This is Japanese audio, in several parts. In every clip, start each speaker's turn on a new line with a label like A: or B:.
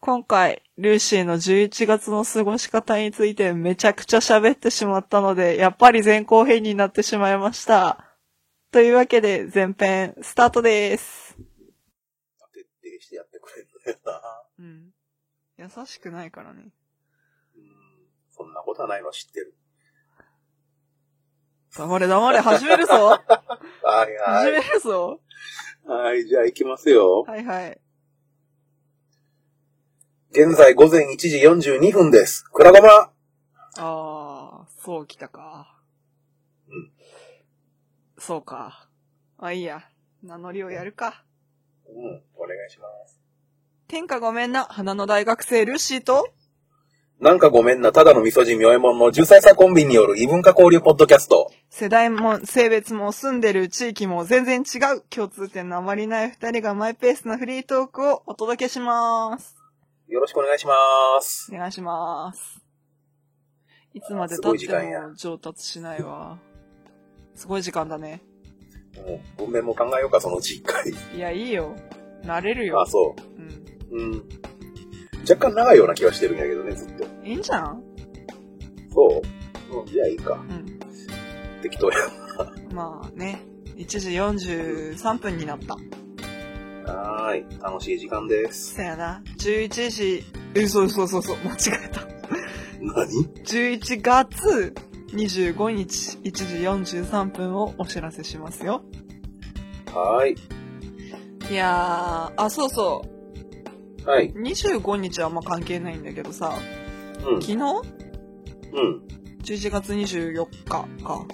A: 今回、ルーシーの11月の過ごし方についてめちゃくちゃ喋ってしまったので、やっぱり前後編になってしまいました。というわけで、前編、スタートです。
B: 徹底してやってくれるんだよな。
A: うん。優しくないからね。
B: うん。そんなことはないの知ってる。
A: 黙れ黙れ、始めるぞ
B: はいは
A: 始
B: い。
A: めるぞ
B: はい、じゃあ行きますよ。
A: はいはい。
B: 現在午前1時42分です。くらごま
A: あー、そうきたか。
B: うん。
A: そうか。あ、いいや。名乗りをやるか。
B: うん、お願いします。
A: 天下ごめんな、花の大学生ルーシーと、
B: なんかごめんな、ただの味噌汁みょえもんの10歳差コンビによる異文化交流ポッドキャスト。
A: 世代も性別も住んでる地域も全然違う共通点のあまりない二人がマイペースなフリートークをお届けします。
B: よろしくお願いします。
A: お願いします。いつまで
B: あす
A: 経
B: ご
A: っ
B: い時間
A: て
B: や
A: も上達しないわ。すごい時間だね。
B: うん、文面も考えようか、そのうち一回。
A: いや、いいよ。慣れる
B: あ、
A: よ。
B: そ
A: うん。
B: う。うん。若干長いような気はしてるんやけどね、ずっと。
A: いいんじゃん
B: そう。うん、じゃあいいか。
A: うん。
B: 適当や。
A: まあね。1時43分になった。
B: はーい。楽しい時間です。
A: そやな。11時、え、そうそうそうそう、間違えた。
B: 何
A: 11月25日1時43分をお知らせしますよ。
B: はーい。
A: いやー、あ、そうそ。。
B: はいう
A: 25日はあんま関係ないんだけどさ、
B: うん。
A: 昨日
B: うん。
A: ?11 月24日か。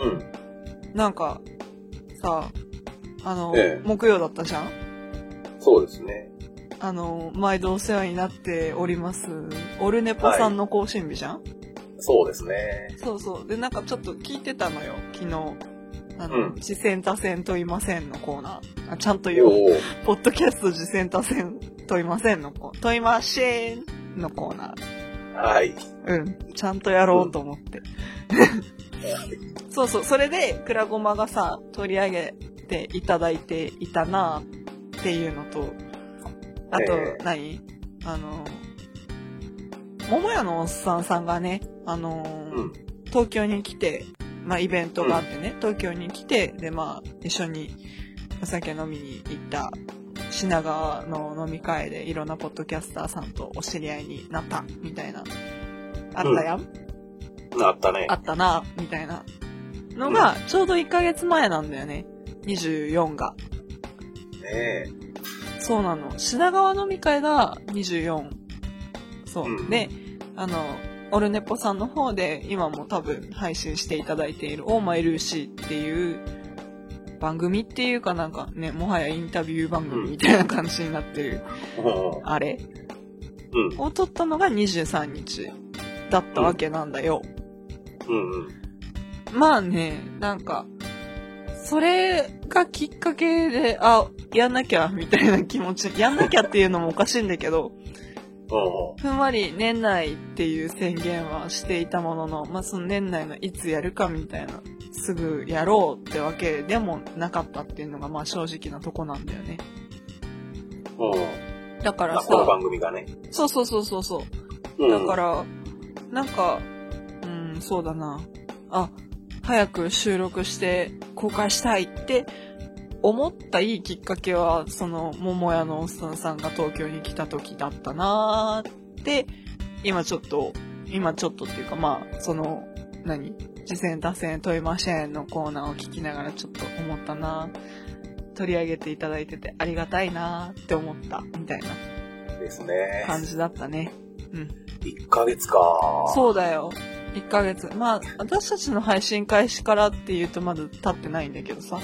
B: うん。
A: なんか、さ、あの、
B: ええ
A: 木曜だったじゃん
B: そうですね。
A: あの、毎度お世話になっております、オルネポさんの更新日じゃん、
B: そうですね。
A: そうそう。で、なんかちょっと聞いてたのよ、昨日。あ
B: う
A: の、
B: ん
A: 次戦多戦問いませんのコーナー。あ、ちゃんと言おう。
B: おー
A: ポッドキャスト次戦多戦問いませんのコーナー。問いませんのコーナー。
B: はい。
A: うん。ちゃんとやろうと思 って。そうそう。それで、クラゴマがさ、取り上げていただいていたなっていうのと、あと
B: ええ
A: 何、あの、桃屋のおっさんさんがね、あのー
B: うん。
A: 東京に来て、まあイベントがあってね、東京に来て、でまあ一緒にお酒飲みに行った品川の飲み会でいろんなポッドキャスターさんとお知り合いになった、みたいな。あったやん、
B: あったね
A: あ。ったな、みたいなのが、ちょうど1ヶ月前なんだよね。24が。
B: ねえ。
A: そうなの。品川飲み会が24。そう。
B: うん
A: で、あの、オルネポさんの方で今も多分配信していただいているオーマイルーシーっていう番組っていうかなんかね、もはやインタビュー番組みたいな感じになってる、
B: うん
A: あれ
B: うん。
A: を撮ったのが23日だったわけなんだよ。
B: うん。うん。
A: まあね、なんか、それがきっかけで、あ、やんなきゃ、みたいな気持ち。やんなきゃっていうのもおかしいんだけど、
B: うん。
A: ふんわり年内っていう宣言はしていたものの、まあ、その年内のいつやるかみたいな、すぐやろうってわけでもなかったっていうのが、まあ、正直なとこなんだよね。
B: うん。
A: だから
B: あ、
A: さ、
B: この番組がね。
A: そうそうそうそうそう。
B: う
A: だ
B: ん。
A: から、なんか、うん、そうだな。あ、早く収録して公開したいって思ったいいきっかけは、その、桃屋のおっさんさんが東京に来た時だったなーって、今ちょっと、今ちょっとっていうか、まあ、その、何次戦打線問いませんのコーナーを聞きながらちょっと思ったな取り上げていただいててありがたいなーって思ったみたいな
B: ですね。
A: 感じだったね。
B: 1ヶ月か。
A: そうだよ。1ヶ月。まあ、私たちの配信開始からっていうとまだ経ってないんだけどさ。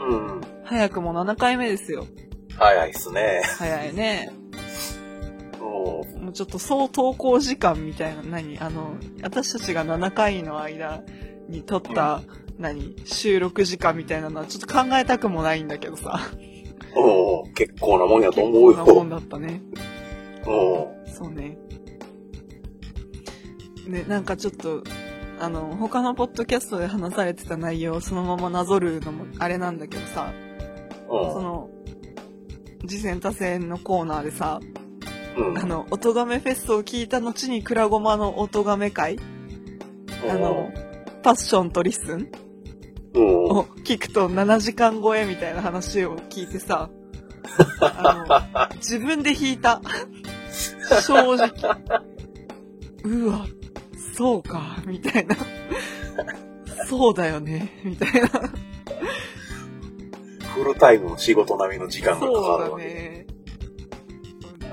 B: う。うん。
A: 早くも7回目ですよ。
B: 早いっすね。
A: 早いね。
B: う
A: もうちょっと総投稿時間みたいな、何あの、私たちが7回の間に撮った、何収録時間みたいなのはちょっと考えたくもないんだけどさ。
B: ん。うん。結構なもんやと
A: 結
B: 思う
A: 構なもん
B: よ。
A: だったね。
B: う
A: そうね。ね、なんかちょっと、あの、他のポッドキャストで話されてた内容をそのままなぞるのもあれなんだけどさ、
B: ん。
A: その、次戦多戦のコーナーでさ、
B: うん。
A: あの、音亀フェスを聞いた後にクラゴマの音亀会、あの、パッションとリッスン
B: うん、
A: を聞くと7時間超えみたいな話を聞いてさ、あの、自分で弾いた。正直。うわ、そうか、みたいな。そうだよね、みたいな。
B: フルタイムの仕事並みの時間がか
A: そう
B: かる
A: だ
B: わけ。
A: ね。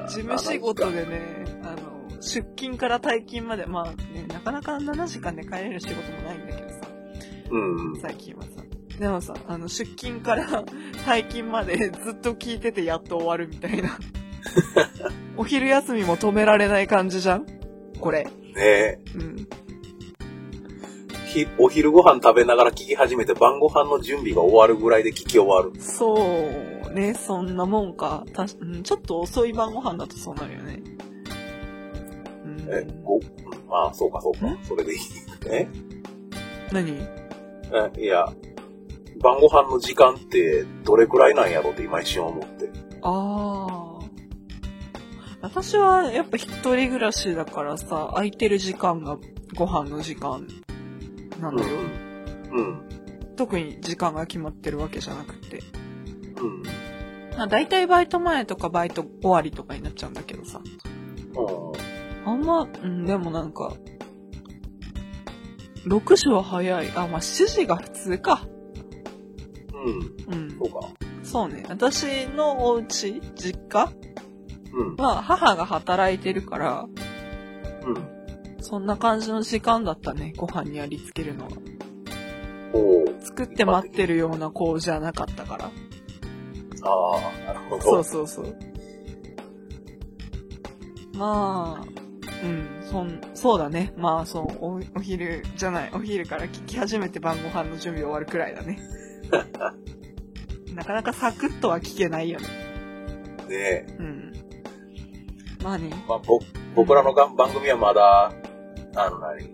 A: 事務仕事でね、あの、出勤から退勤まで、まあね、なかなか7時間で帰れる仕事もないんだけどさ、
B: うん。
A: 最近はさ。でもさ、あの、出勤から 退勤までずっと聞いててやっと終わるみた いな。お昼休みも止められない感じじゃんこれ。
B: ね
A: うん。
B: ひお昼ご飯食べながら聞き始めて晩ご飯の準備が終わるぐらいで聞き終わる。
A: そうね、そんなもんか。たしうん、ちょっと遅い晩ご飯だとそうなるよね。うん
B: え、ご、うんまあ、そうかそうか。それでいい。え
A: 何
B: えいや、晩ご飯の時間ってどれくらいなんやろうって今一瞬思って。
A: ああ。私はやっぱ一人暮らしだからさ、空いてる時間がご飯の時間な
B: うん。
A: のよ。
B: うん。
A: 特に時間が決まってるわけじゃなくて。
B: うん。
A: まあ大体バイト前とかバイト終わりとかになっちゃうんだけどさ。
B: うん。
A: あんま、うん、でもなんか、6時は早い。あ、まあ7時が普通か。
B: うん。
A: うん
B: そ。うか。
A: そうね。私のお家、実家
B: うん。
A: は母が働いてるから、
B: うん。
A: そんな感じの時間だったね、ご飯にありつけるのは。
B: おー
A: 作って待ってるような子じゃなかったから。
B: ああ、なるほど。
A: そうそうそう。まあ、うん、そん、そうだね。まあ、そう、お、お昼じゃない、お昼から聞き始めて晩ご飯の準備終わるくらいだ ね。なかなかサクッとは聞けないよね。
B: ね
A: うん。まあね、
B: まあ、ぼ僕らのが番組はまだ、あの何、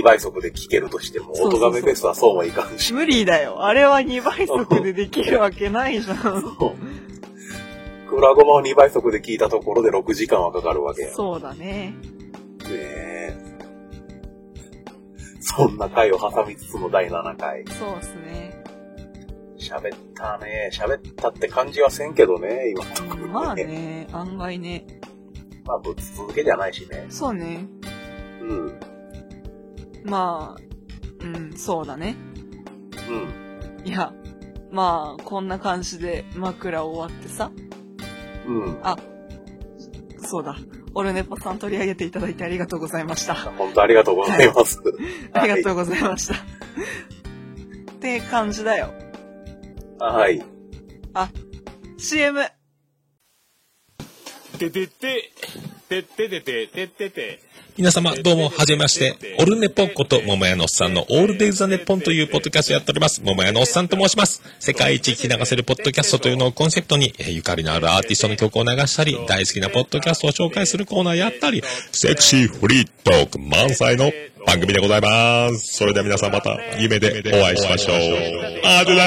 B: 2倍速で聴けるとしても、
A: そうそうそう
B: 音がめフェスはそうもいかんし。
A: 無理だよ。あれは2倍速でできるわけないじゃん。
B: クラゴマを2倍速で聴いたところで6時間はかかるわけや。ね
A: そうだね。
B: えそんな回を挟みつつの第7回。
A: そうですね。
B: 喋ったね。喋ったって感じはせんけどね、今のとこ ろ
A: まあ。ね、案外ね。
B: まあ、ぶつ続けじゃないしね。
A: そうね。
B: うん。うん。
A: まあ、うん、そうだね。いや、まあ、こんな感じで枕終わってさ。
B: うん。
A: そうだ。オルネポさん取り上げていただいてありがとうございました。
B: 本当ありがとうございます。
A: ありが
B: う。
A: とうございました。って感じだよ。
B: はい。
A: CM!
C: ててて、てっててて、てってて。
D: 皆様、どうも、はじめまして。オルネポこと、桃屋のおっさんのオールデイズ・ザ・ネッポンというポッドキャストをやっております。桃屋のおっさんと申します。世界一聞き流せるポッドキャストというのをコンセプトに、えーゆかりのあるアーティストの曲を流したり、大好きなポッドキャストを紹介するコーナーやったり、セクシーフリートーク満載の番組でございます。それでは皆さんまた、夢でお会いしましょう。あでだ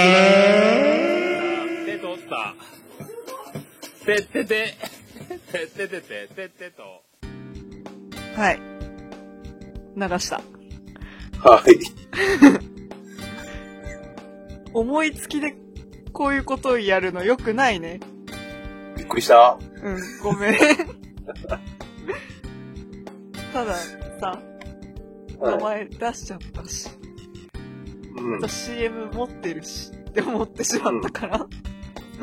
D: ー
C: てとった。てってて、てっててて、てってと。
A: はい。流した。
B: はい。
A: 思いつきでこういうことをやるの良くないね。
B: びっくりした。
A: うん、ごめん。ただ、さ、名
B: はい
A: 前出しちゃったし。
B: うん
A: と CM 持ってるしって思ってしまったから、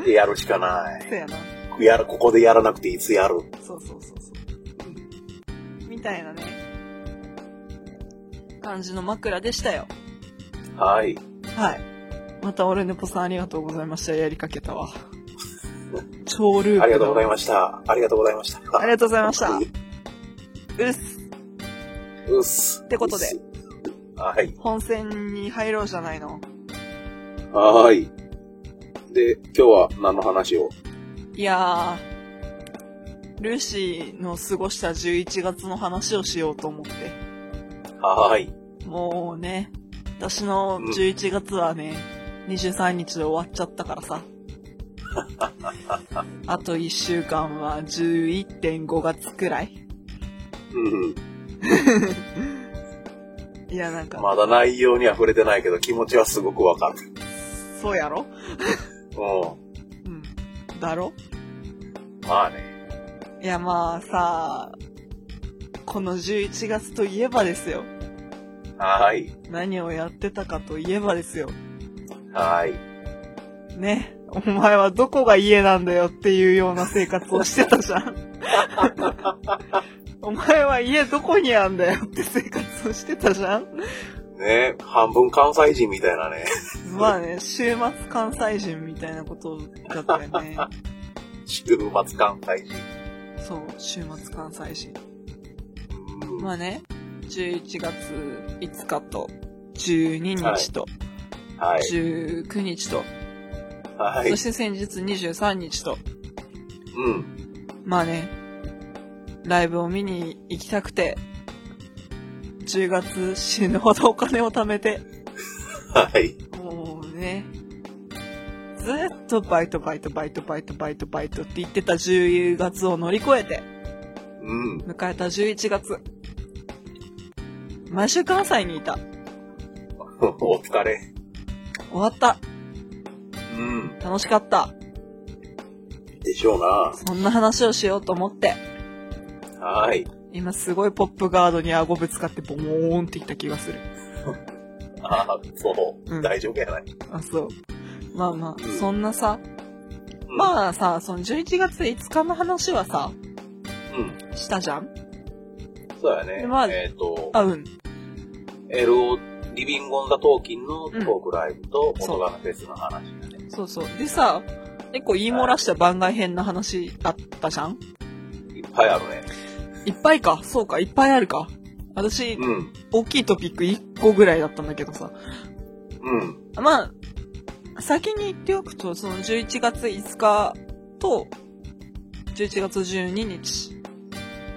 B: でやるしかない。
A: そうやな
B: やる、ここでやらなくていつやる。
A: そうそうそうそうみたいなね感じの枕でしたよ
B: はい。
A: はいまた俺ネポさんありがとうございましたやりかけたわ超ループ
B: ありがとうございま
A: し
B: した。ありがとうございました。
A: ありがとうございました
B: う
A: たうっす
B: っす。
A: ってことで
B: うっす。はい。
A: 本戦に入ろうじゃないの
B: はーい。で、今日は何の話を
A: いやールーシーの過ごした11月の話をしようと思って
B: はーい。
A: もうね、私の11月はね、23日で終わっちゃったからさ。あと1週間は11.5月くらい。
B: うん。
A: いや、なんか、
B: まだ内容には触れてないけど、気持ちはすごくわかる。
A: そうやろ
B: うん。
A: うん。だろ
B: まあね。
A: いや、まあさ、この11月といえばですよ。
B: はーい。
A: 何をやってたかといえばですよ。
B: はーい。
A: ね。お前はどこが家なんだよっていうような生活をしてたじゃ ん。お前は家どこにあんだよって生活をしてたじゃん。
B: ね半分関西人みたいなね。
A: まあね、週末関西人みたいなことだったよね。
B: 週末関西人。
A: そう、週末関西人。
B: うん
A: まあね、11月5日と12日と
B: はい。
A: 19日と、
B: はい
A: そ。して先日23日と、
B: うん。
A: まあね、ライブを見に行きたくて、10月死ぬほどお金を貯めて、
B: はい。
A: もうね、ずっとバイトバイトバイトバイトバイトバイトって言ってた10月を乗り越えて、
B: うん。
A: 迎えた11月。毎週関西にいた。
B: お疲れ。
A: 終わった。
B: うん。
A: 楽しかった。
B: でしょうな。
A: そんな話をしようと思って、
B: はい。
A: 今すごいポップガードに顎ぶつかってボーンっていった気がする。
B: ああ、そう。
A: うん
B: 大丈夫やない。
A: あ、そう。まあまあ
B: うん、
A: そんなさ、
B: うん
A: まあさ、その11月5日の話はさ、
B: うん。
A: したじゃん
B: そうやね。
A: まあ
B: えっ、と、
A: あ、うん。
B: LO、リビング・オン・ザ・トーキンのトークライブと、元ガナフェスの話やね。
A: そうそう。でさ、結構言い漏らした番外編の話だったじゃん
B: いっぱいあるね。
A: いっぱいか。そうか、いっぱいあるか。私、
B: うん。
A: 大きいトピック1個ぐらいだったんだけどさ。
B: うん。
A: まあ、先に言っておくと、その11月5日と11月12日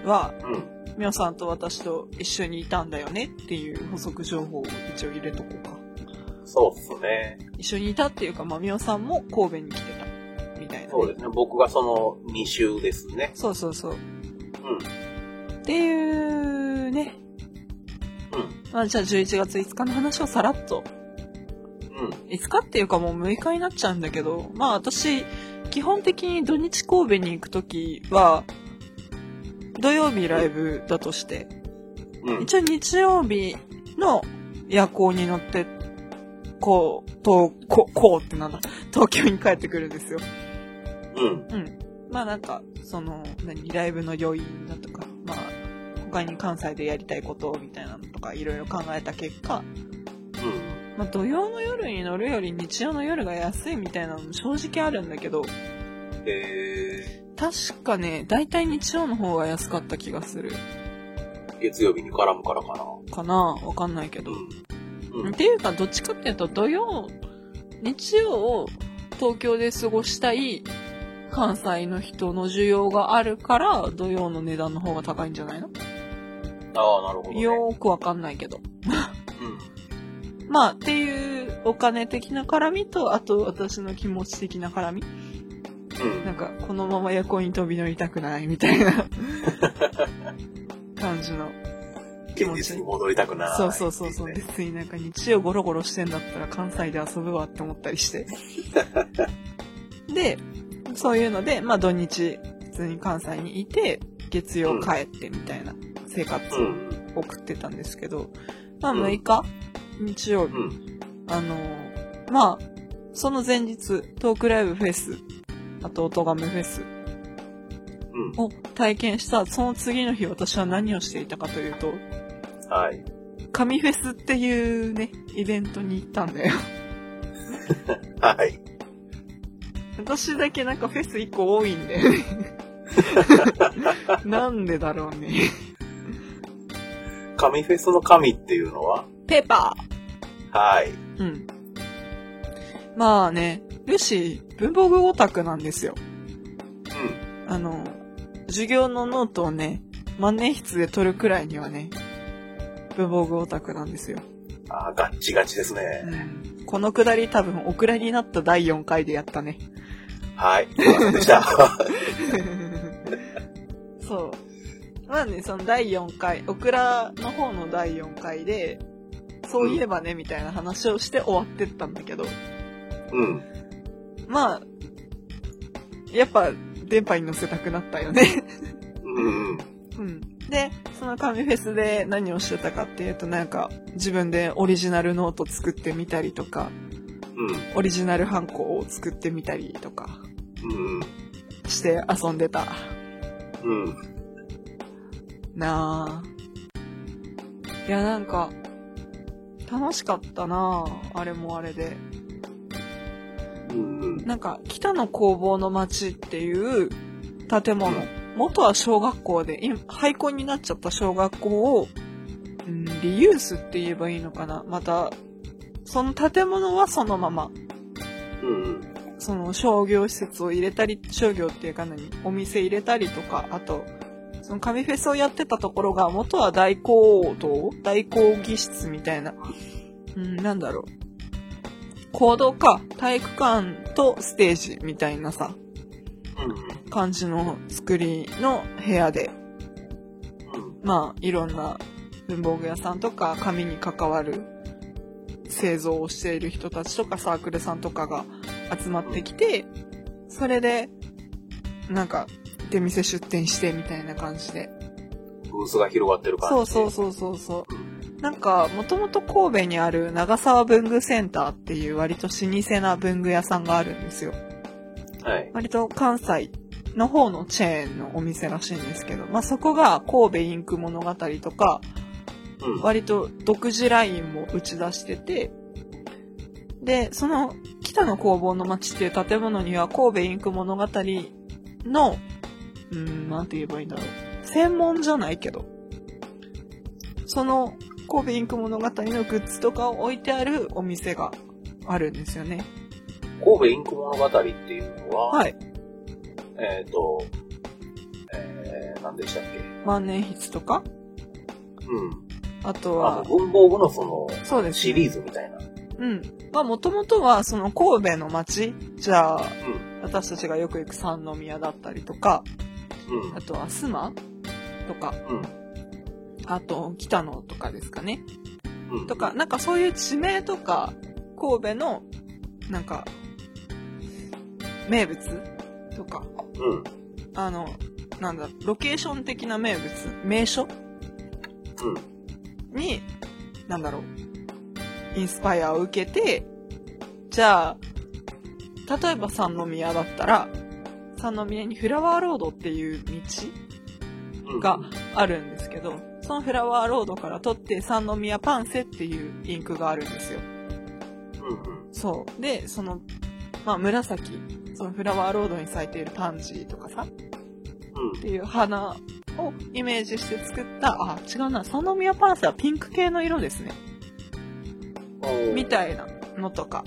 A: は、
B: うん。
A: みおさんと私と一緒にいたんだよねっていう補足情報を一応入れとこうか。
B: そうっすね。
A: 一緒にいたっていうか、まあ、みおさんも神戸に来てたみたいなね。
B: そうですね。僕がその2週ですね。
A: そうそうそう。
B: うん。
A: っていうね。
B: うん。
A: まあ、じゃあ11月5日の話をさらっと
B: うん。
A: 5日っていうかもう6日になっちゃうんだけど、まあ私、基本的に土日神戸に行くときは、土曜日ライブだとして、
B: うん。
A: 一応日曜日の夜行に乗って、こう、と、こ、こうってなんだ、東京に帰ってくるんですよ。
B: うん。
A: うん。まあなんか、その、何、ライブの余韻だとか、まあ、他に関西でやりたいことみたいなのとかいろいろ考えた結果、
B: うん。
A: まあ、土曜の夜に乗るより日曜の夜が安いみたいなのも正直あるんだけど、
B: え
A: 確かね、大体日曜の方が安かった気がする。
B: ー、月曜日に絡むからかな。
A: かなわかんないけど。
B: うん。う
A: っ
B: ん。
A: ていうか、どっちかっていうと土曜、日曜を東京で過ごしたい関西の人の需要があるから、土曜の値段の方が高いんじゃないの
B: ああ、なるほど、ね。
A: よーくわかんないけど。
B: うん。
A: まあ、っていうお金的な絡みと、あと私の気持ち的な絡み。
B: うん。
A: なんか、このまま夜行に飛び乗りたくないみたい な感じの。
B: 現実に戻りたくない。
A: そうそうそうそう。
B: ね
A: 別になんか日曜ゴロゴロしてんだったら関西で遊ぶわって思ったりして。で、そういうので、まあ土日、普通に関西にいて、月曜帰ってみたいな生活
B: う
A: を
B: ん。
A: 送ってたんですけど、まあ
B: うん
A: 6日、日曜日
B: う、ん。
A: あの、まあ、その前日、トークライブフェス、あと音ガメフェス、
B: うん。
A: を体験したその次の日私は何をしていたかというと、
B: はい。
A: 神フェスっていうね、イベントに行ったんだよ。
B: はい。
A: 私だけなんかフェス1個多いんだよね。 なんでだろうね。
B: 神フェスの神っていうのは
A: ペーパ
B: はい。
A: ーうん。まあね、ルーシー、文房具オタクなんですよ。
B: う
A: あの、授業のノートをね、万年筆で取るくらいにはね、文房具オタクなんですよ。
B: ん。ああ、ガッチガチですね。
A: うんこのくだり多分お蔵になった第4回でやったね。
B: はい。すいませんでした。
A: そう。まあね、その第4回、オクラの方の第4回で、そういえばね、みたいな話をして終わってったんだけど、
B: うん。
A: まあ、やっぱ、電波に乗せたくなったよね。
B: うんうん。
A: うん。で、その紙フェスで何をしてたかっていうと、なんか、自分でオリジナルノート作ってみたりとか、
B: うん。
A: オリジナルハンコを作ってみたりとか、
B: うん
A: して遊んでた
B: うん。うん。
A: なあ。いや、なんか、楽しかったなあ。あれもあれで。
B: うんうん。
A: なんか、北の工房の町っていう建物。元は小学校で、今、廃校になっちゃった小学校を、うん、リユースって言えばいいのかな。また、その建物はそのまま。
B: うん
A: その商業施設を入れたり、商業っていうか何お店入れたりとか、あと、その紙フェスをやってたところが、元は大講堂大講義室みたいな。うん、なんだろう。講堂か、体育館とステージみたいなさ、感じの作りの部屋で、
B: うん。
A: まあ、いろんな文房具屋さんとか、紙に関わる製造をしている人たちとか、サークルさんとかが集まってきて、それで、なんか、出店出店してみたいな感じで。
B: ブースが広がってる感じ。
A: そうそうそうそうそう。なんか、もともと神戸にある長沢文具センターっていう割と老舗な文具屋さんがあるんですよ。
B: はい。
A: 割と関西の方のチェーンのお店らしいんですけど、まあ、そこが神戸インク物語とか、
B: うん。
A: 割と独自ラインも打ち出してて、で、その北の工房の町っていう建物には神戸インク物語の、うーん、なんて言えばいいんだろう。専門じゃないけど、その神戸インク物語のグッズとかを置いてあるお店があるんですよね。
B: 神戸インク物語っていうのは、
A: はい。
B: えっ、と、えー、何でしたっけ
A: 万年筆とか、
B: うん。
A: あと
B: あの、
A: は、
B: 文房具のその、
A: そうです、ね。
B: シリーズみたいな。
A: うん。まあ、もともとは、その神戸の町、じゃあ、
B: ん
A: 私たちがよく行く三宮だったりとか、あとは須磨とか、
B: うん。
A: あと北野とかですかね。
B: うん。うん。
A: とか、なんかそういう地名とか、神戸の、なんか、名物とか、
B: うん。
A: あの、なんだ、ロケーション的な名物、名所
B: うん。
A: に、なんだろう、インスパイアを受けて、じゃあ、例えば三宮だったら、三宮にフラワーロードっていう道
B: うん。
A: があるんですけど、そのフラワーロードから取って三宮パンセっていうインクがあるんですよ。
B: うん。うん。
A: そう。で、その、まあ紫、そのフラワーロードに咲いているパンジーとかさ、っていう花をイメージして作った、あ、違うな、三宮パンセはピンク系の色ですね。
B: うん。
A: み
B: い。
A: たいなのとか、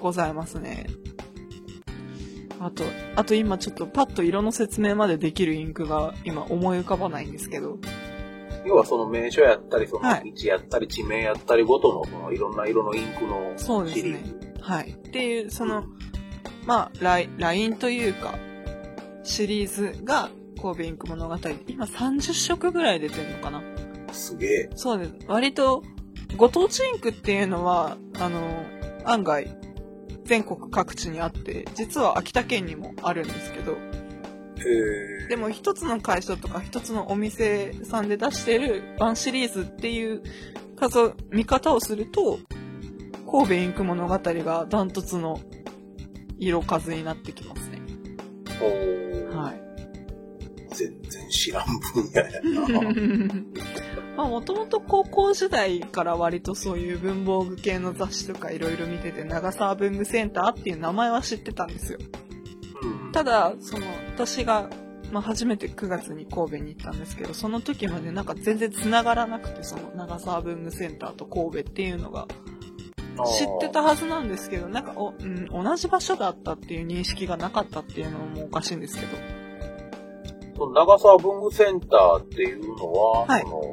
A: ございますね。あと、あと今ちょっとパッと色の説明までできるインクが今思い浮かばないんですけど。
B: 要はその名所やったり、その
A: は
B: 道やったり、地名やったりごとの、そのいろんな色のインクの
A: そうです
B: シリ
A: ね
B: ーズ。。
A: はい。っていう、その、まあ、ラインラインというか、シリーズが神戸インク物語。今30色ぐらい出てるのかな
B: すげえ。
A: そうです。割と、ご当地インクっていうのは、あの、案外、全国各地にあって、実は秋田県にもあるんですけど、
B: へえ。
A: でも一つの会社とか一つのお店さんで出してるワンシリーズっていう数、見方をすると、神戸インク物語がダントツの色数になってきますね。
B: おー
A: はい。
B: 全然知らん分野やな。
A: まあもともと高校時代から割とそういう文房具系の雑誌とかいろいろ見てて、長沢文具センターっていう名前は知ってたんですよ。
B: うん。
A: ただ、その、私が、まあ初めて9月に神戸に行ったんですけど、その時までなんか全然繋がらなくて、その長沢文具センターと神戸っていうのが知ってたはずなんですけど、なんかお、うん、同じ場所だったっていう認識がなかったっていうのもおかしいんですけど。
B: その長沢文具センターっていうのは、
A: はい
B: その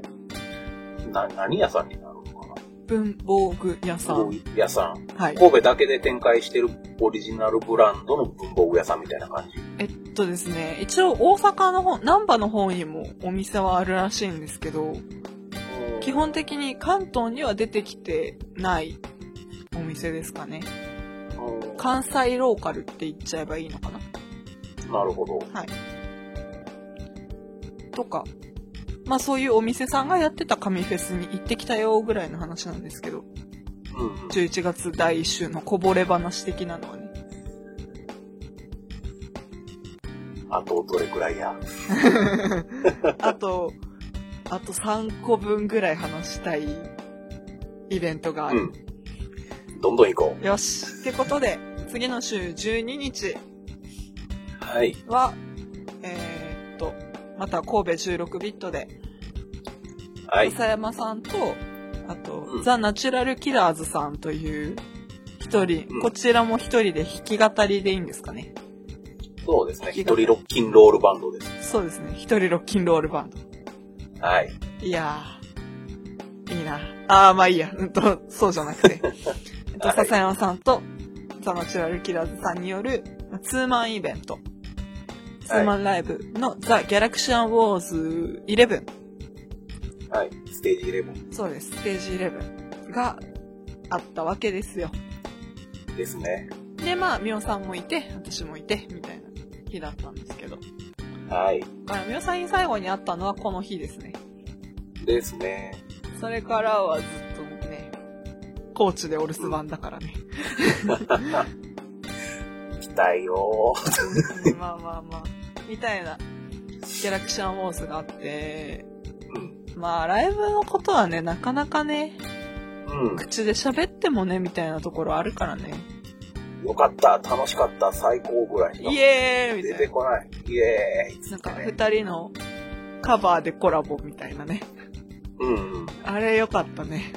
B: な何屋さんになるのかな
A: 文房具屋さん。
B: 屋さん。
A: はい。
B: 神戸だけで展開してるオリジナルブランドの文房具屋さんみたいな感じ。
A: えっとですね、一応大阪の方、難波の方にもお店はあるらしいんですけど、基本的に関東には出てきてないお店ですかね。
B: うん
A: 関西ローカルって言っちゃえばいいのかな
B: なるほど。
A: はい。とか、まあそういうお店さんがやってた紙フェスに行ってきたよぐらいの話なんですけど、
B: うんうん
A: 11月第1週のこぼれ話的なのはね。
B: あとどれくらいや。
A: あと、あと3個分ぐらい話したいイベントがあ
B: う
A: る。
B: ん。どんどん行こ
A: よし。ってことで、次の週12日
B: う。はい。
A: は、えーっと、また神戸16ビットで、
B: はい。
A: 笹山さんと、あと、
B: うん
A: ザ・ナチュラル・キラーズさんという一人、
B: うん
A: こちらも一人で弾き語りでいいんですかね。
B: そうですね。一
A: 聞いた
B: 人ロッキンロールバンドです。
A: そうですね。一人ロッキンロールバンド。
B: はい。
A: いやー、いいな。あー、まあいいや。うんと、そうじゃなく て。えっと、
B: はい
A: 笹山さんと、ザ・ナチュラル・キラーズさんによる、まあツーマンイベント、ツーマンライブのザ・ギャラクシアン・ウォーズ11、
B: はい。ステージ11
A: そうです、ステージ11があったわけですよ。
B: ですね。
A: で、まあ、みおさんもいて、私もいて、みたいな日だったんですけど。だ
B: はい。
A: から、みおさんに最後に会ったのはこの日ですね。
B: ですね。
A: それからはずっとね、高知でお留守番だからね。
B: 来たよ
A: うんまあまあまあ。みたいな、ギャラクシアンウォーズがあって、
B: ー。うん。
A: まあ、ライブのことはね、なかなかね、
B: う
A: 口で喋ってもね、みたいなところあるからね。
B: ん。よかった。楽しかった。最高ぐらいしか。
A: イエーイみ
B: 出
A: た
B: て
A: い
B: こない。イエーイ。
A: な。なんか、二人のカバーでコラボみたいなね。
B: うんうん。
A: あれ良かったね。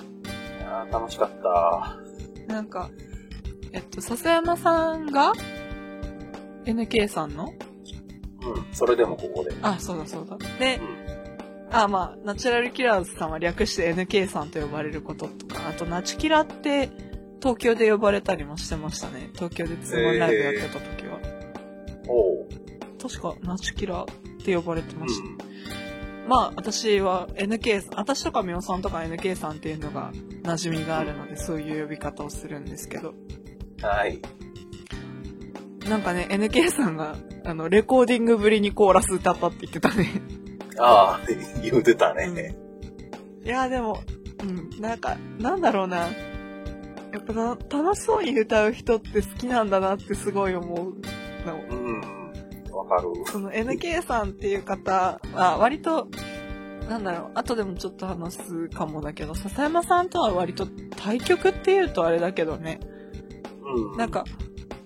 B: いやー楽しかった。
A: なんか、えっと、笹山さんが NK さんの
B: うん。それでもここで。
A: あ、そうだそうだ。で
B: う、ん。
A: あ、まあ、ナチュラルキラーズさんは略して NK さんと呼ばれることとか、あとナチキラって東京で呼ばれたりもしてましたね。東京でツーマンライブやってた時は。
B: おう。
A: 確かナチキラって呼ばれて
B: う
A: ました。
B: ん。
A: まあ、私は NK さん、私とかみおさんとか NK さんっていうのが馴染みがあるので、そういう呼び方をするんですけど。
B: はい。
A: なんかね、NK さんが、あの、レコーディングぶりにコーラス歌ったって言ってたね。
B: ああ、 言うてたね。
A: いや、でも、うん、なんか、なんだろうな。やっぱな、楽しそうに歌う人って好きなんだなってすごい思うの。
B: うん。わかる。
A: その NK さんっていう方は、割と、なんだろう、後でもちょっと話すかもだけど、笹山さんとは割と対局っていうとあれだけどね。
B: うん。
A: なんか、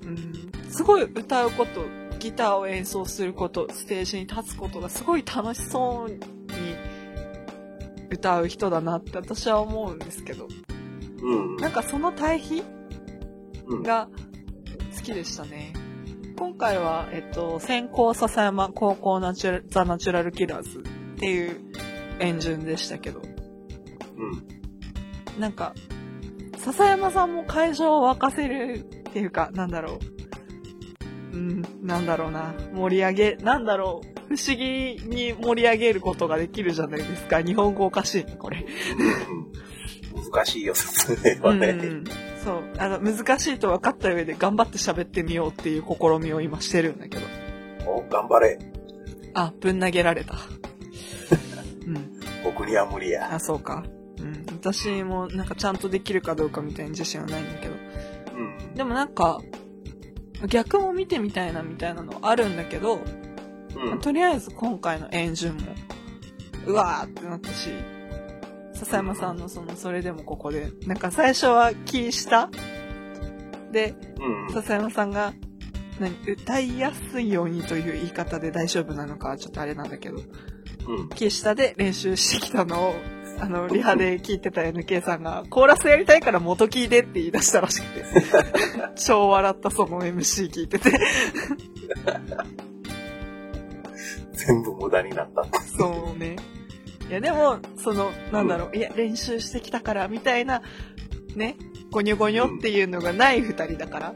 A: うん、すごい歌うこと、ギターを演奏すること、ステージに立つことがすごい楽しそうに歌う人だなって私は思うんですけど、
B: うん、
A: なんかその対比
B: うん、
A: が好きでしたね。今回は、えっと、先行笹山高校ナチュラルザ・ナチュラル・キラーズっていう演順でしたけど、
B: うん。
A: なんか、笹山さんも会場を沸かせるっていうか、なんだろう。うん、なんだろうな。盛り上げ、なんだろう。不思議に盛り上げることができるじゃないですか。日本語おかしいね、これ。
B: うん難しいよ、説明は
A: う
B: ね。
A: ん。そう。あの、難しいと分かった上で頑張って喋ってみようっていう試みを今してるんだけど。
B: お頑張れ。
A: あ、ぶん投げら れた。うん。
B: 僕には無理や。
A: あ、そうか。うん。私もなんかちゃんとできるかどうかみたいに自信はないんだけど。
B: うん。
A: でもなんか、逆も見てみたいなみたいなのあるんだけど、
B: うん。
A: とりあえず今回の演順も、うわーってなったし、笹山さんのその、それでもここで、なんか最初は気したで、
B: うん。
A: 笹山さんが、何歌いやすいようにという言い方で大丈夫なのかはちょっとあれなんだけど、
B: うん。
A: 木下で練習してきたのを、あの、リハで聞いてた NK さんが、コーラスやりたいから元聞いてって言い出したらしく て。超笑ったその MC 聞いてて。
B: 全部無駄になった。
A: そうね。いや、でも、その、なんだろう、いや、練習してきたから、みたいな、ね、ゴニョゴニョっていうのがない二人だから。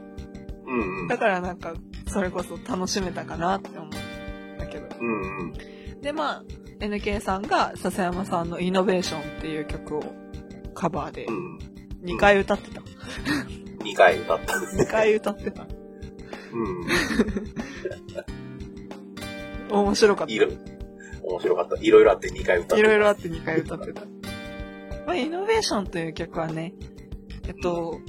B: うんうん
A: だ。からなんか、それこそ楽しめたかなって思うんだけど。
B: うんうん。
A: で、まあ、NK さんが笹山さんのイノベーションっていう曲をカバーで
B: うん。
A: 2回歌ってた。
B: 2回歌った。
A: 2回歌ってた。
B: う
A: 面白かっ。
B: ん。いろ、面白かった。いろいろあって2回歌った
A: いろいろあって2回歌ってた。まあ、イノベーションという曲はね、えっと、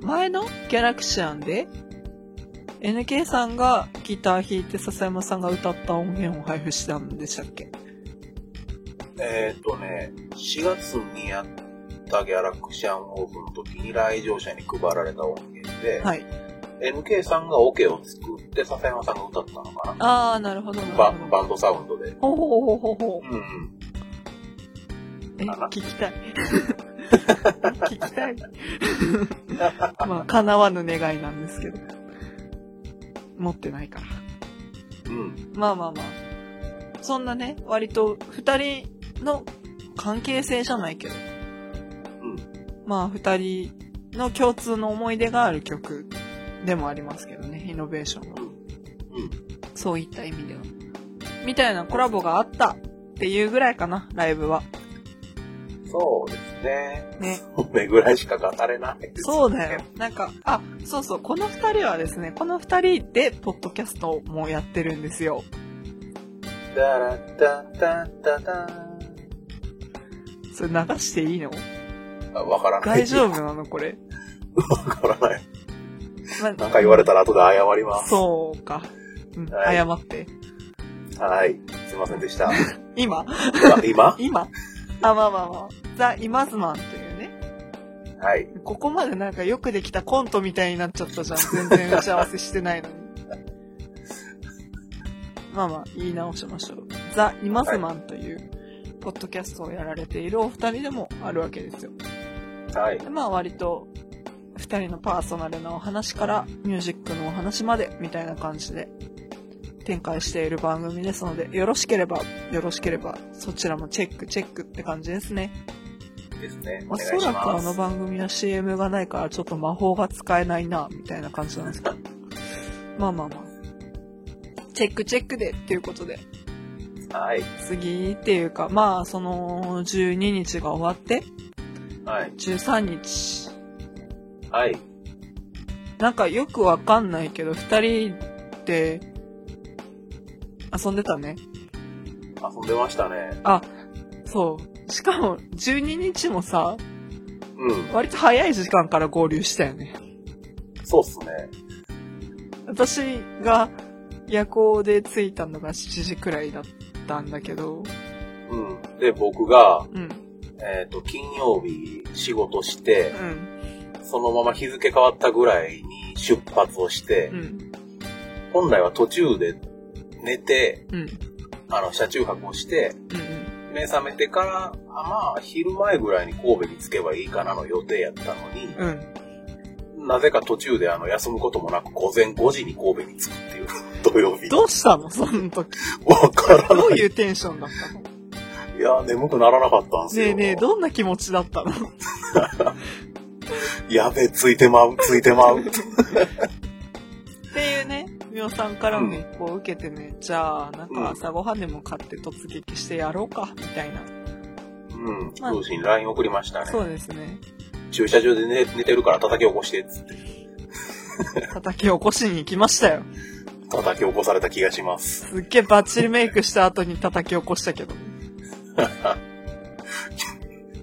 A: 前のギャラクシアンで、NK さんがギター弾いて笹山さんが歌った音源を配布したんでしたっけ
B: えーっ、とね、4月にやったギャラクシアンオープンの時に来場者に配られた音源で、
A: はい。
B: NK さんがオケを作って、笹山さんが歌ったのかな
A: あー、なるほど、な
B: バ
A: るほど。
B: バンドサウンドで。
A: ほうほうほうほうほう
B: う。んうん。
A: え、聞きたい。聞きたい。まあ、叶わぬ願いなんですけど。持ってないから。
B: うん。
A: まあまあまあ。そんなね、割と二人の関係性じゃないけど。まあ、二人の共通の思い出がある曲でもありますけどね、イノベーションは。
B: うん。
A: そういった意味では。みたいなコラボがあったっていうぐらいかな、ライブは。
B: そうですね。
A: ね。
B: これぐらいしか語れないです、
A: そうだよ。。なんか、あ、そうそう、この二人はですね、この二人で、ポッドキャストもやってるんですよ。
B: ダラッダッダッダッダー
A: それ流していいの
B: ンあわからない。
A: 大丈夫なのこれ。
B: わからない。
A: ま
B: なんか言われたら後で謝ります。
A: そうか。うん、
B: はい
A: 謝って。
B: はい。すいませんでした。
A: 今
B: あ 今
A: 今あ、まあまあまあ。ザ・イマズマンというね。
B: はい。
A: ここまでなんかよくできたコントみたいになっちゃったじゃん。全然打ち合わせしてないのに。まあまあ、言い直しましょう。ザ・イマズマンという、ポッドキャストをやられているお二人でもあるわけですよ。
B: はい。
A: でまあ割と、二人のパーソナルなお話から、ミュージックのお話まで、みたいな感じで、展開している番組ですので、よろしければ、よろしければ、そちらもチェック、チェックって感じですね。
B: ですね。お
A: お
B: 願
A: そ
B: いし
A: らくあ
B: ま
A: の
B: す。
A: 番組は CM がないからちょっと魔法が使えないな、みたいな感じなんですけど。まあまあまあ。チェックチェックでっていうことで、
B: はい。
A: 次っていうか、まあその12日が終わって、
B: はい。
A: 13日。
B: はい。
A: なんかよくわかんないけど、二人で遊んでたね。
B: 遊んでましたね。
A: そう。しかも12日もさ、
B: うん。
A: 割と早い時間から合流したよね。
B: そうっすね。
A: 私が夜行で着いたのが7時くらいだったんだけど、
B: うん。で、僕が、
A: うん、
B: えっ、と、金曜日仕事して、
A: うん、
B: そのまま日付変わったぐらいに出発をして、
A: うん、
B: 本来は途中で寝て、
A: うん、
B: あの、車中泊をして、
A: うん、
B: 目覚めてから、あまあ、昼前ぐらいに神戸に着けばいいかなの予定やったのに、
A: うん。
B: なぜか途中であの、休むこともなく午前5時に神戸に着くっていう、 土曜日。
A: どうしたのその時。
B: わから
A: どう
B: ない。
A: いうテンションだったのね
B: いや、眠くならなかったんですよ。
A: えねえ、どんな気持ちだったの
B: やべえ、ついてまう、ついてまう。
A: っていうね、みおさんからの一報を受けてね、じゃあ、なんか朝ごはんでも買って突撃してやろうか、みたいな。
B: うん。
A: まあ
B: 両親に LINE 送りましたね。
A: そうですね。
B: 駐車場で寝寝てるから叩き起こして、つって。
A: 叩き起こしに行きましたよ。
B: 叩き起こされた気がします。
A: すっげえバッチリメイクした後に叩き起こしたけど。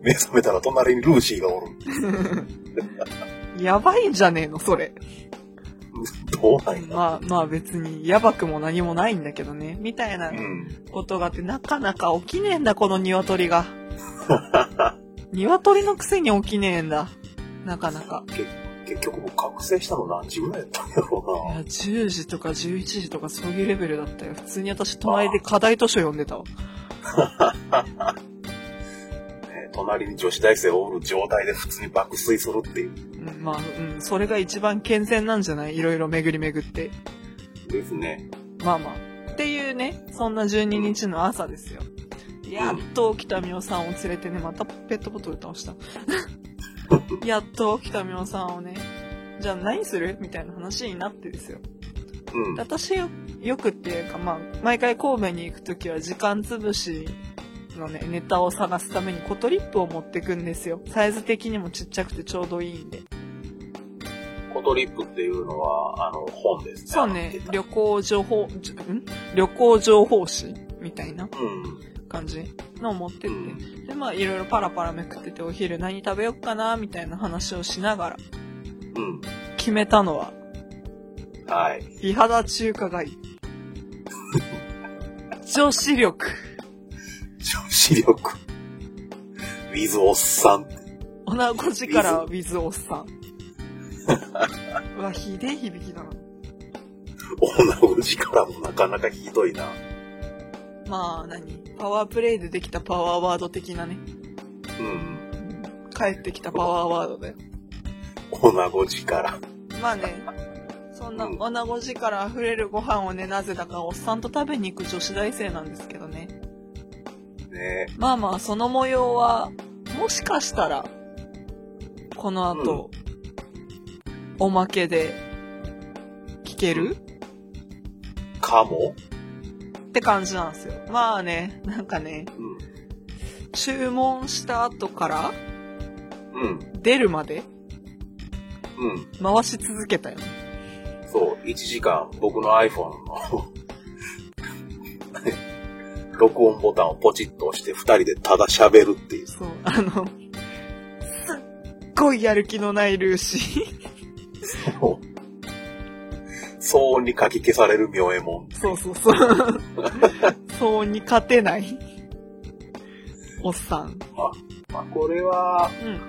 B: 目覚めたら隣にルーシーがおる。
A: やばいんじゃねえの、それ。
B: どうなんや。
A: まあまあ別にやばくも何もないんだけどね、みたいな
B: うん。
A: ことがあって、なかなか起きねえんだ、この鶏が。鶏のくせに起きねえんだ。なかなか。
B: 結局もう覚醒したの何時ぐらいやったんだ
A: い
B: ろ
A: や、10時とか11時とかそういうレベルだったよ。普通に私、隣で課題図書読んでたわ。
B: うな。ね隣に女子大生おる状態で普通に爆睡するっていう。
A: うん、まあ、うん、それが一番健全なんじゃないいろいろ巡り巡って。
B: ですね。
A: まあまあ。っていうね、そんな12日の朝ですよ。いやっと北美桜さんを連れてね、またペットボトル倒した。 やっと北美桜さんをね、じゃあ何するみたいな話になってですよ。
B: うん。
A: 私よよくっていうか、まあ、毎回神戸に行くときは時間つぶしのね、ネタを探すためにコトリップを持ってくんですよ。サイズ的にもちっちゃくてちょうどいいんで。
B: コトリップっていうのは、あの、本ですね。
A: そうね、旅行情報、じん旅行情報誌みたいな
B: うん。
A: 感じのを持ってって。
B: うん
A: で、まあ、いろいろパラパラめくってて、お昼何食べよっかな、みたいな話をしながら、
B: うん。
A: 決めたのは、
B: はい。
A: 美肌中華街。女子力。
B: 女子力。with おっさん。
A: 女子力は with おっさん。うわ、ひでえ響きだな。
B: 女の子力もなかなかひどいな。
A: まあ何、パワープレイでできたパワーワード的なね。
B: うん。
A: 帰ってきたパワーワードだよ。
B: 女子力。
A: まあね、そんな女子力溢れるご飯をね、なぜだかおっさんと食べに行く女子大生なんですけどね。
B: ね
A: まあまあ、その模様は、もしかしたら、この後、おまけで、聞ける
B: かも
A: って感じなんですよ。まあね、なんかね、
B: うん。
A: 注文した後から
B: うん。
A: 出るまで
B: うん。
A: 回し続けたよね。
B: そう、1時間僕の iPhone の 録音ボタンをポチッと押して2人でただ喋るっていう。
A: そう、あの、すっごいやる気のないルーシー。
B: 騒音にかき消される妙右衛門。
A: そうそうそう。 そうに勝てない。おっさん。
B: まあ、これは、
A: うん。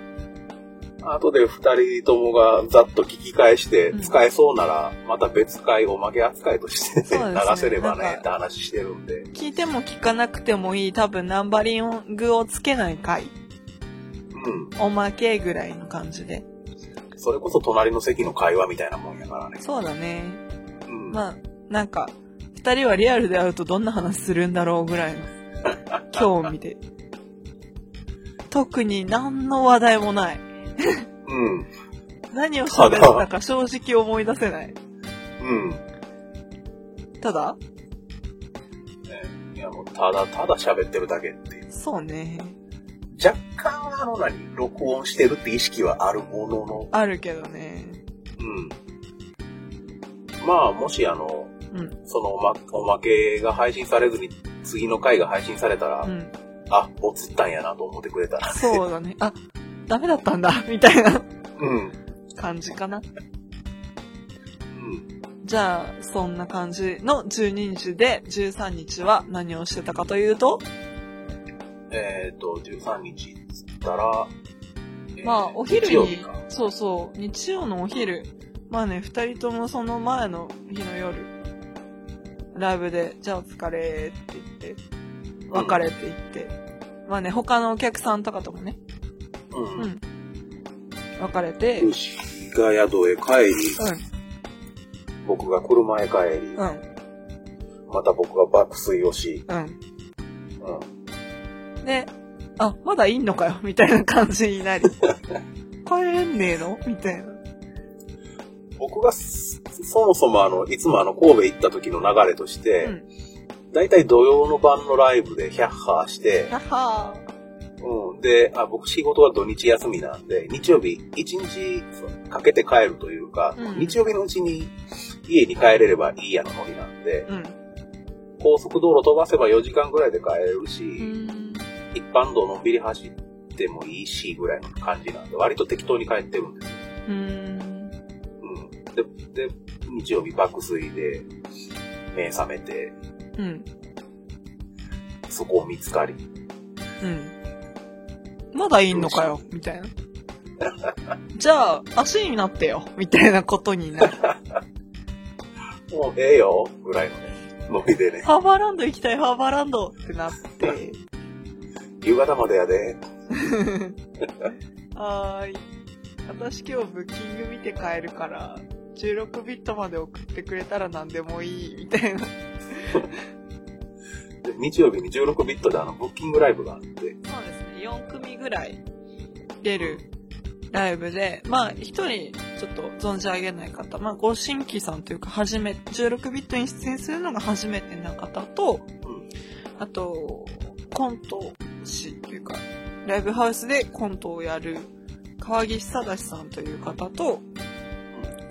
B: 後で2人ともがざっと聞き返して
A: うん
B: 使えそうなら、また別回おまけ扱いとして、ね
A: そうですね
B: 流せれば
A: なん
B: ね
A: か
B: って話してるんで。
A: 聞いても聞かなくてもいい、多分ナンバリングをつけない回。
B: うん。
A: おまけぐらいの感じで。
B: それこそ隣の席の会話みたいなもんやからね。
A: そうだね。
B: うん。
A: まあ、なんか、二人はリアルで会うとどんな話するんだろうぐらいの 興味で。特に何の話題もない。
B: うん。
A: 何を喋ったか正直思い出せない。
B: うん。
A: ただ、
B: いやもうただただ喋ってるだけっていう。
A: そうね。
B: 若干あの何、録音してるって意識はあるものの、
A: あるけどね。
B: うん。まあ、もしあの、
A: うん。
B: そのおまおまけが配信されずに、次の回が配信されたら、
A: うん。
B: あ、ボツったんやなと思ってくれたら、
A: そうだね。あ、ダメだったんだ、みたいな
B: うん。
A: 感じかな。
B: うん。
A: じゃあ、そんな感じの12日で、13日は何をしてたかというと、
B: えっ、と、13日っつったら、えー
A: まあ、お昼
B: 日曜日
A: に
B: か、
A: そうそう、日曜のお昼、まあね、二人ともその前の日の夜、ライブで、じゃあお疲れって言って、別れて言って、まあね、他のお客さんとかともね、
B: う。
A: うんん、別れて、うん、
B: 牛が宿へ帰り、僕が車へ帰り、
A: うん、
B: また僕が爆睡をし、
A: う
B: うん。
A: ん。で、あ、まだいんのかよ、みたいな感じにな り、帰れんねえのみたいな。
B: 僕がそそもそもあの、いつもあの、神戸行った時の流れとして、
A: うん
B: だいたい土曜の晩のライブでヒャッハーして、
A: はは
B: うん、であ、僕仕事は土日休みなんで、日曜日一日そうかけて帰るというか、
A: うん
B: 日曜日のうちに家に帰れればいいやのノリなんで、
A: うん。
B: 高速道路飛ばせば4時間ぐらいで帰れるし、
A: うーん。
B: 一般道のんびり走ってもいいしぐらいの感じなんで、割と適当に帰ってるんですよ
A: うーん。
B: うん。で、で、日曜日爆睡で、目覚めて、
A: うん。
B: そこを見つかり。
A: うん。まだいんのかよ、みたいな。じゃあ、足になってよ、みたいなことになる。
B: もうええよ、ぐらいのね、ノリでね、
A: ハーバーランド行きたい、ハーバーランドってなって、
B: 夕方までやで、
A: はーい。私今日ブッキング見て帰るから、16ビットまで送ってくれたら何でもいい、みたいな。
B: でで、日曜日に16ビットであの、ブッキングライブがあって、
A: そうですね、4組ぐらい出るライブで、まあ、1人ちょっと存じ上げない方、まあ、ご新規さんというか、初め、16ビットに出演するのが初めてな方と、あと、コント師というか、ライブハウスでコントをやる、川岸正さんという方と、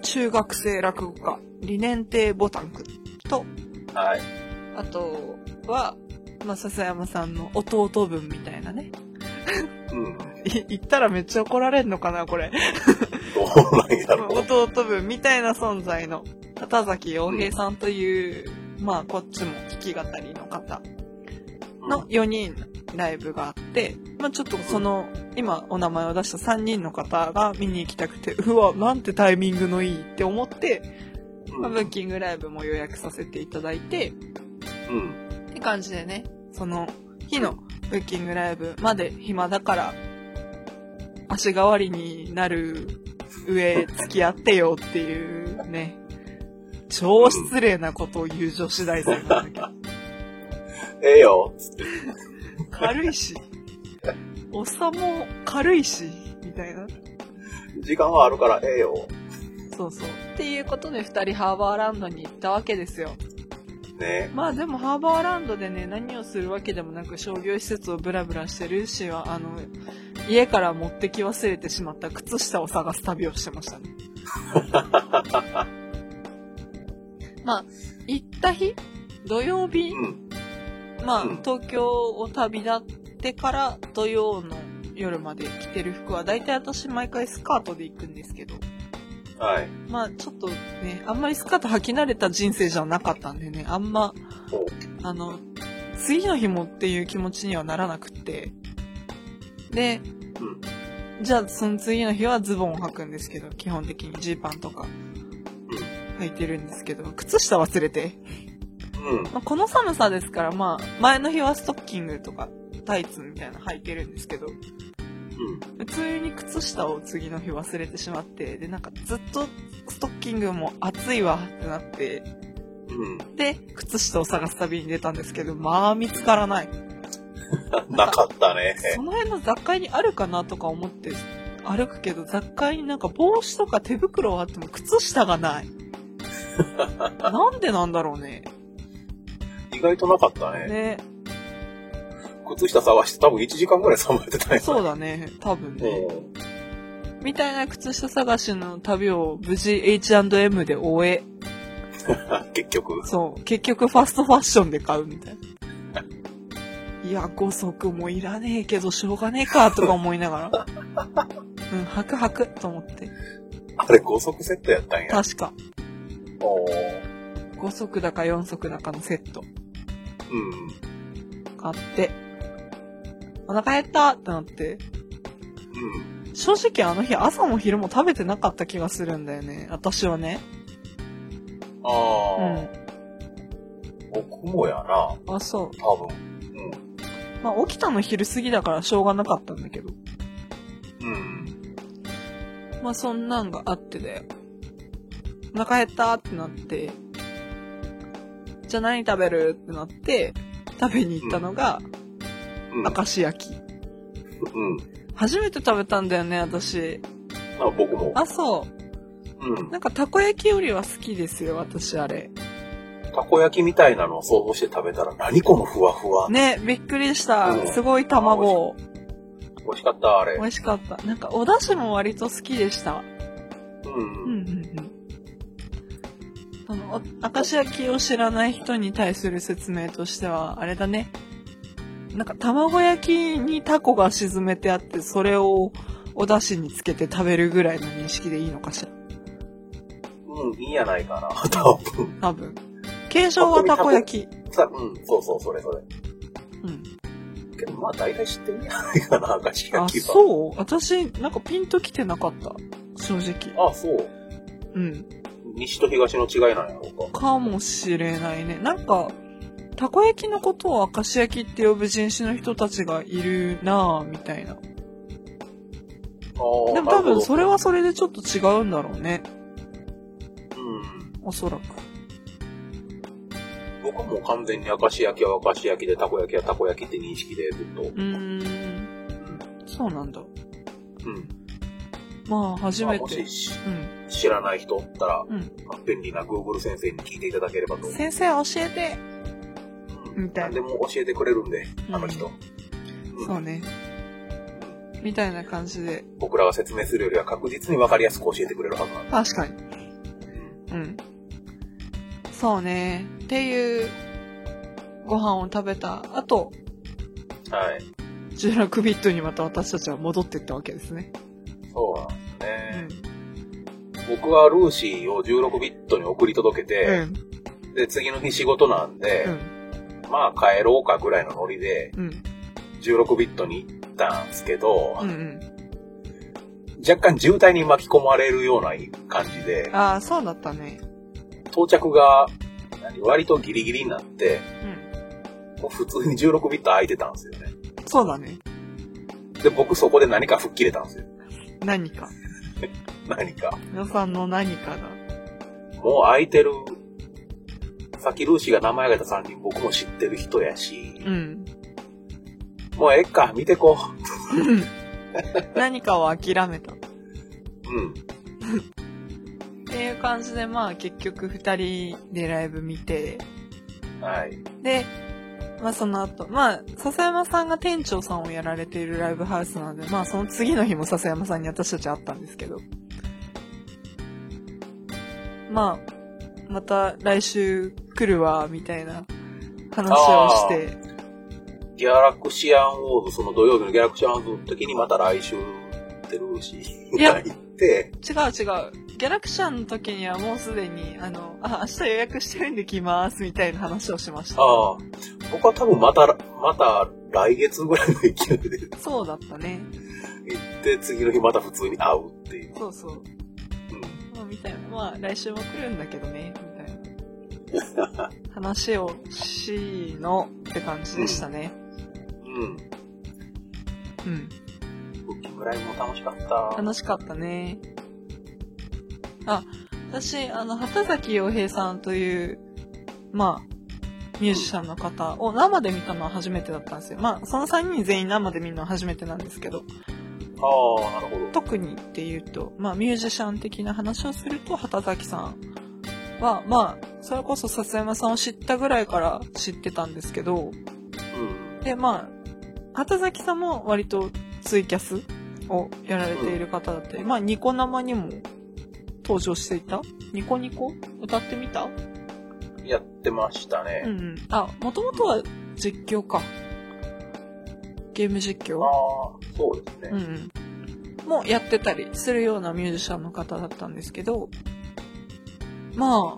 A: 中学生落語家、理念亭ボタンくんと、
B: うん。はい。
A: あとは、まあ、笹山さんの弟分みたいなね、
B: うん。
A: い言ったらめっちゃ怒られんのかな、これ。
B: どうなんやろう。
A: 弟分みたいな存在の、片崎洋平さんという、まあ、こっちも弾き語りの方の4人ライブがあって、まあ、ちょっとその、今お名前を出した3人の方が見に行きたくて、うわ、なんてタイミングのいいって思って、まあブッキングライブも予約させていただいて、
B: うん。
A: って感じでね、その日のブッキングライブまで暇だから、足代わりになる上付き合ってよっていうね、超失礼なことを言う女子大生なんだ
B: ええよ。
A: けど、軽いし、おっさんも軽いし、みたいな。
B: 時間はあるからええよ。
A: そうそう。っていうことで二人ハーバーランドに行ったわけですよ。
B: ね。
A: まあでもハーバーランドでね、何をするわけでもなく商業施設をブラブラしてるしは、あの、家から持ってき忘れてしまった靴下を探す旅をしてました ね。まあ、行った日土曜日
B: うん。
A: まあ
B: うん、
A: 東京を旅立ってから土曜の夜まで着てる服は、だいたい私毎回スカートで行くんですけど、
B: はい。
A: まあちょっとね、あんまりスカート履き慣れた人生じゃなかったんでね、あんま、
B: お
A: あの、次の日もっていう気持ちにはならなくって。で、
B: うん。
A: じゃあその次の日はズボンを履くんですけど、基本的にジーパンとか履いてるんですけど、靴下忘れて。
B: うん。うん。
A: まあ、この寒さですから、まあ、前の日はストッキングとかタイツみたいなの履いてるんですけど、普通に靴下を次の日忘れてしまって、で、なんかずっとストッキングも暑いわってなって、
B: うん。
A: で、靴下を探す旅に出たんですけど、まあ見つからない。
B: うん。なかったね。
A: その辺の雑貨屋にあるかなとか思って歩くけど、雑貨屋になんか帽子とか手袋はあっても靴下がない。なんでなんだろうね。
B: 意外となかったね。
A: ね。
B: 靴下探して多分1時間ぐらいさばいてたよ。
A: そうだね。多分ね。
B: うん
A: みたいな靴下探しの旅を無事 H&M で終え、
B: 結局。
A: そう。結局ファストファッションで買うみたいな。いや、5足もいらねえけど、しょうがねえか、とか思いながら。うん、はくはく、と思って。
B: あれ5足セットやったんや。
A: 確か。
B: おー
A: 5足だか4足だかのセット。
B: うん。
A: 買って、お腹減ったってなって、
B: うん。
A: 正直あの日朝も昼も食べてなかった気がするんだよね。私はね。
B: あ
A: う
B: あ、
A: ん。
B: 僕もやな、
A: あ、そう。
B: 多分。うん。
A: まあ起きたの昼過ぎだからしょうがなかったんだけど。
B: うん。
A: まあそんなんがあってだよ。お腹減ったってなって、じゃあ何食べるってなって、食べに行ったのが、
B: うん。
A: 明石焼き。
B: うん。
A: 初めて食べたんだよね、私。
B: あ僕も。
A: あ、そう。
B: うん。
A: なんかたこ焼きよりは好きですよ、私あれ。
B: たこ焼きみたいなのを想像して食べたら、何このふわふわ。
A: ね、びっくりし
B: う
A: た。
B: ん
A: すごい卵。
B: 美味しかった、あれ。
A: 美味しかった。なんか、お出汁も割と好きでした。
B: う
A: うんうん
B: ん。
A: うん。その、お明石焼きを知らない人に対する説明としては、あれだね。なんか、卵焼きにタコが沈めてあって、それをお出汁につけて食べるぐらいの認識でいいのかしら。
B: うん、いいんやないかな、多分。
A: 多分。継承はたこ焼き。
B: さ、うん、そうそう、それそれ。
A: うん。
B: けど、まあ、大体知ってるんじゃないかな、明石
A: あ、
B: 焼きは。
A: そう私、なんかピンときてなかった。正直。
B: あ、そう。
A: うん。
B: 西と東の違いなんやろうか。
A: かもしれないね。なんか、たこ焼きのことを明石焼きって呼ぶ人種の人たちがいるなぁ、みたいな。
B: ああ、
A: でも多
B: なるほど
A: 分それはそれでちょっと違うんだろうね。
B: うん。
A: おそらく。
B: 僕はもう完全に明石焼きは明石焼きで、たこ焼きはたこ焼きって認識で、ずっと。
A: うーん。そうなんだ。
B: うん。
A: まあ、初
B: まあ
A: め
B: も
A: て
B: し。し
A: うん。
B: 知らない人おったら、
A: うん。
B: まあ便利な Google 先生に聞いていただければと思う。
A: 先生教えて。
B: うん
A: みたい
B: 何
A: な
B: でも教えてくれるんで、あの人。うん
A: そうね。みたいな感じで。
B: 僕らが説明するよりは確実に分かりやすく教えてくれるはずなんだ。
A: 確かに。う
B: うん
A: ん。そうね。っていう、ご飯を食べた後、
B: はい。
A: 16ビットにまた私たちは戻っていったわけですね。
B: そうなんです
A: う
B: ね。
A: ん。
B: 僕はルーシーを16ビットに送り届け
A: う
B: て、
A: ん。
B: で、次の日仕事なんで、
A: うん。
B: まあ帰ろうかぐらいのノリで、
A: うん。
B: 16ビットに行ったんですけど、
A: うん。うん。
B: 若干渋滞に巻き込まれるような感じで、
A: ああ、そうだったね。
B: 到着が何割とギリギリになって、
A: うん。
B: もう普通に16ビット空いてたんですよね。
A: そうだね。
B: で、僕そこで何か吹っ切れたんですよ。
A: 何か。
B: 何か。
A: 皆さんの何かが。
B: もう空いてる。さっきルーシーが名前挙げた3人僕も知ってる人やし、
A: うん。
B: もうええか、見てこ
A: 何かを諦めた。っ
B: う。うん。
A: ていう感じで、まあ結局二人でライブ見て、
B: はい。
A: で、まあその後、まあ、笹山さんが店長さんをやられているライブハウスなので、まあその次の日も笹山さんに私たち会ったんですけど。まあ、また来週来るわ、みたいな話をして、
B: ギャラクシアンウォーズ、その土曜日のギャラクシアンウォーズの時にまた来週ってルーシー
A: や
B: が行っ
A: 違う違
B: て、
A: う、ギャラクシャンの時にはもうすでに、あの、あ、明日予約してるんで来ます、みたいな話をしました。
B: ああ、僕は多分また、また来月ぐらいの勢いで行
A: そうだったね。
B: って、次の日また普通に会うっていう。
A: そうそう。
B: うん
A: まあ、みたいな。まあ、来週も来るんだけどね、みたいな。話をしのって感じでしたね。
B: うん。
A: うん。
B: ブッキングライブも楽しかった。
A: 楽しかったね。あ、私、あの、畑崎洋平さんという、まあ、ミュージシャンの方を生で見たのは初めてだったんですよ。まあ、その3人全員生で見るのは初めてなんですけど、
B: ああ、なるほど。
A: 特にっていうと、まあ、ミュージシャン的な話をすると、畑崎さんは、まあ、それこそ笹山さんを知ったぐらいから知ってたんですけど、
B: うん。
A: で、まあ、畑崎さんも割とツイキャスをやられている方だったり、まあ、ニコ生にも登場していたニコニコ歌ってみた
B: やってました
A: うんう
B: ね。
A: ん。あ、もともとは実況か。ゲーム実況
B: ああ、そうで
A: う
B: す
A: んう
B: ね。
A: ん。もやってたりするようなミュージシャンの方だったんですけど、まあ、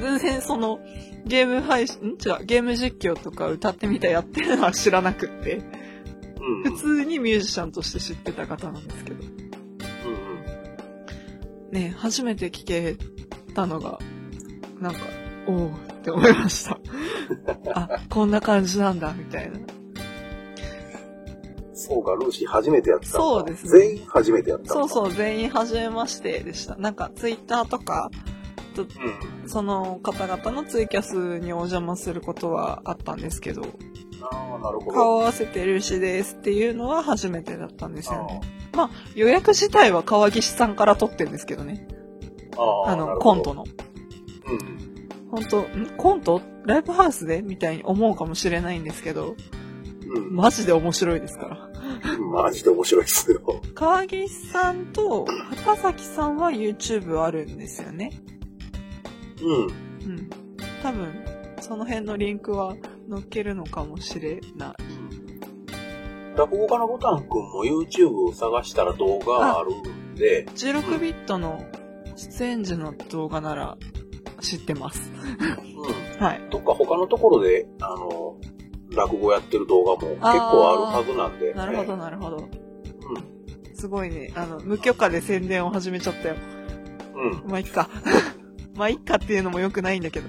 A: 全然その、ゲーム配信、ん違う、ゲーム実況とか歌ってみたやってるのは知らなくって。
B: うん。
A: 普通にミュージシャンとして知ってた方なんですけど。
B: うんうん。
A: ね、初めて聞けたのが、なんか、おおって思いま した。あ、こんな感じなんだ、みたいな。
B: そうか、ルーシー初めてやったんだ。
A: そうですね
B: 全員初めてやったんだ。
A: そうそう、全員初めましてでした。なんか、ツイッターとか、
B: うん。
A: その方々のツイキャスにお邪魔することはあったんですけど、
B: ああ、なるほど。
A: 顔を合わせてルーシーですっていうのは初めてだったんですよね。
B: あ
A: 予約自体は川岸さんから取ってるんですけどね。
B: あ、
A: あ
B: な
A: の、
B: る
A: コ
B: ほ
A: ント。
B: ど
A: の。
B: うん。
A: 本当んコントライブハウスでみたいに思うかもしれないんですけど、
B: うん。
A: マジで面白いですから。
B: マジで面白いっすよ。
A: 川岸さんと畑崎さんは YouTube あるんですよね。
B: うん。
A: うん。多分、その辺のリンクは載っけるのかもしれない。
B: 落語家のボタンくんも YouTube を探したら動画あるんで、
A: 16ビットの出演時の動画なら知ってます。
B: う
A: はい。
B: ん。どっか他のところで、あの、落語やってる動画も結構あるはずなんで。
A: なるほど、なるほど。
B: うん。
A: すごいね。あの、無許可で宣伝を始めちゃったよ。
B: うん。
A: まあ、いっか。 まあ、いっかっていうのも良くないんだけど。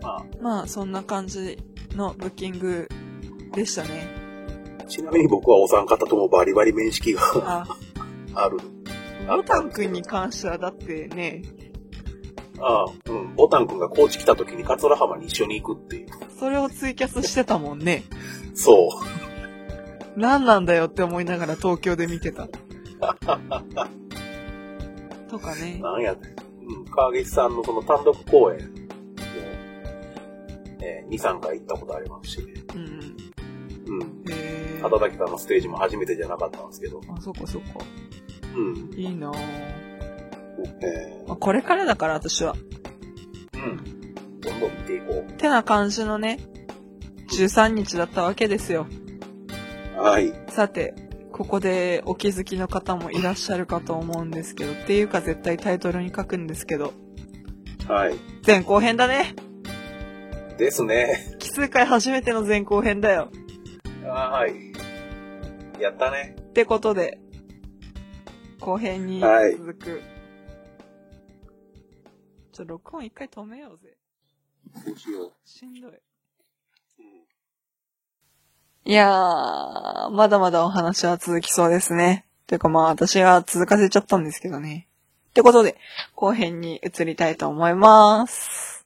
B: ま
A: まあ、そんな感じのブッキングでしたね。
B: あ、ちなみに僕はお三方ともバリバリ面識が
A: あ、
B: ある。
A: ボタンくんに関してはだってね、
B: ああ、うん。ボタンくんが高知来た時に桂浜に一緒に行くっていう。
A: それをツイキャスしてたもんね。
B: そう。
A: 何なんだよって思いながら東京で見てた。とかね。
B: なんや、うん。川岸さんのその単独公演も、えー、2、3回行ったことありますし、ね、
A: うん。
B: うん。
A: え
B: 畑崎さんのステージも初めてじゃなかったんですけど、
A: あ、そっかそっか。
B: うん。
A: いいなぁ。
B: え
A: まあこれからだから私は。
B: ー、うん。どんどん見ていこ
A: てな感じのね、13日だったわけですよ。
B: う。はい。
A: さて、ここでお気づきの方もいらっしゃるかと思うんですけど、っていうか絶対タイトルに書くんですけど、
B: はい。
A: 前後編だね
B: ですね。
A: 奇数回初めての前後編だよ
B: はい。やったね。
A: ってことで、後編に
B: はい
A: 続く。ちょ、録音一回止めようぜ。
B: どうしよう。
A: しんどい。
B: うん
A: いやー、まだまだお話は続きそうですね。てかまあ私は続かせちゃったんですけどね。ってことで、後編に移りたいと思います。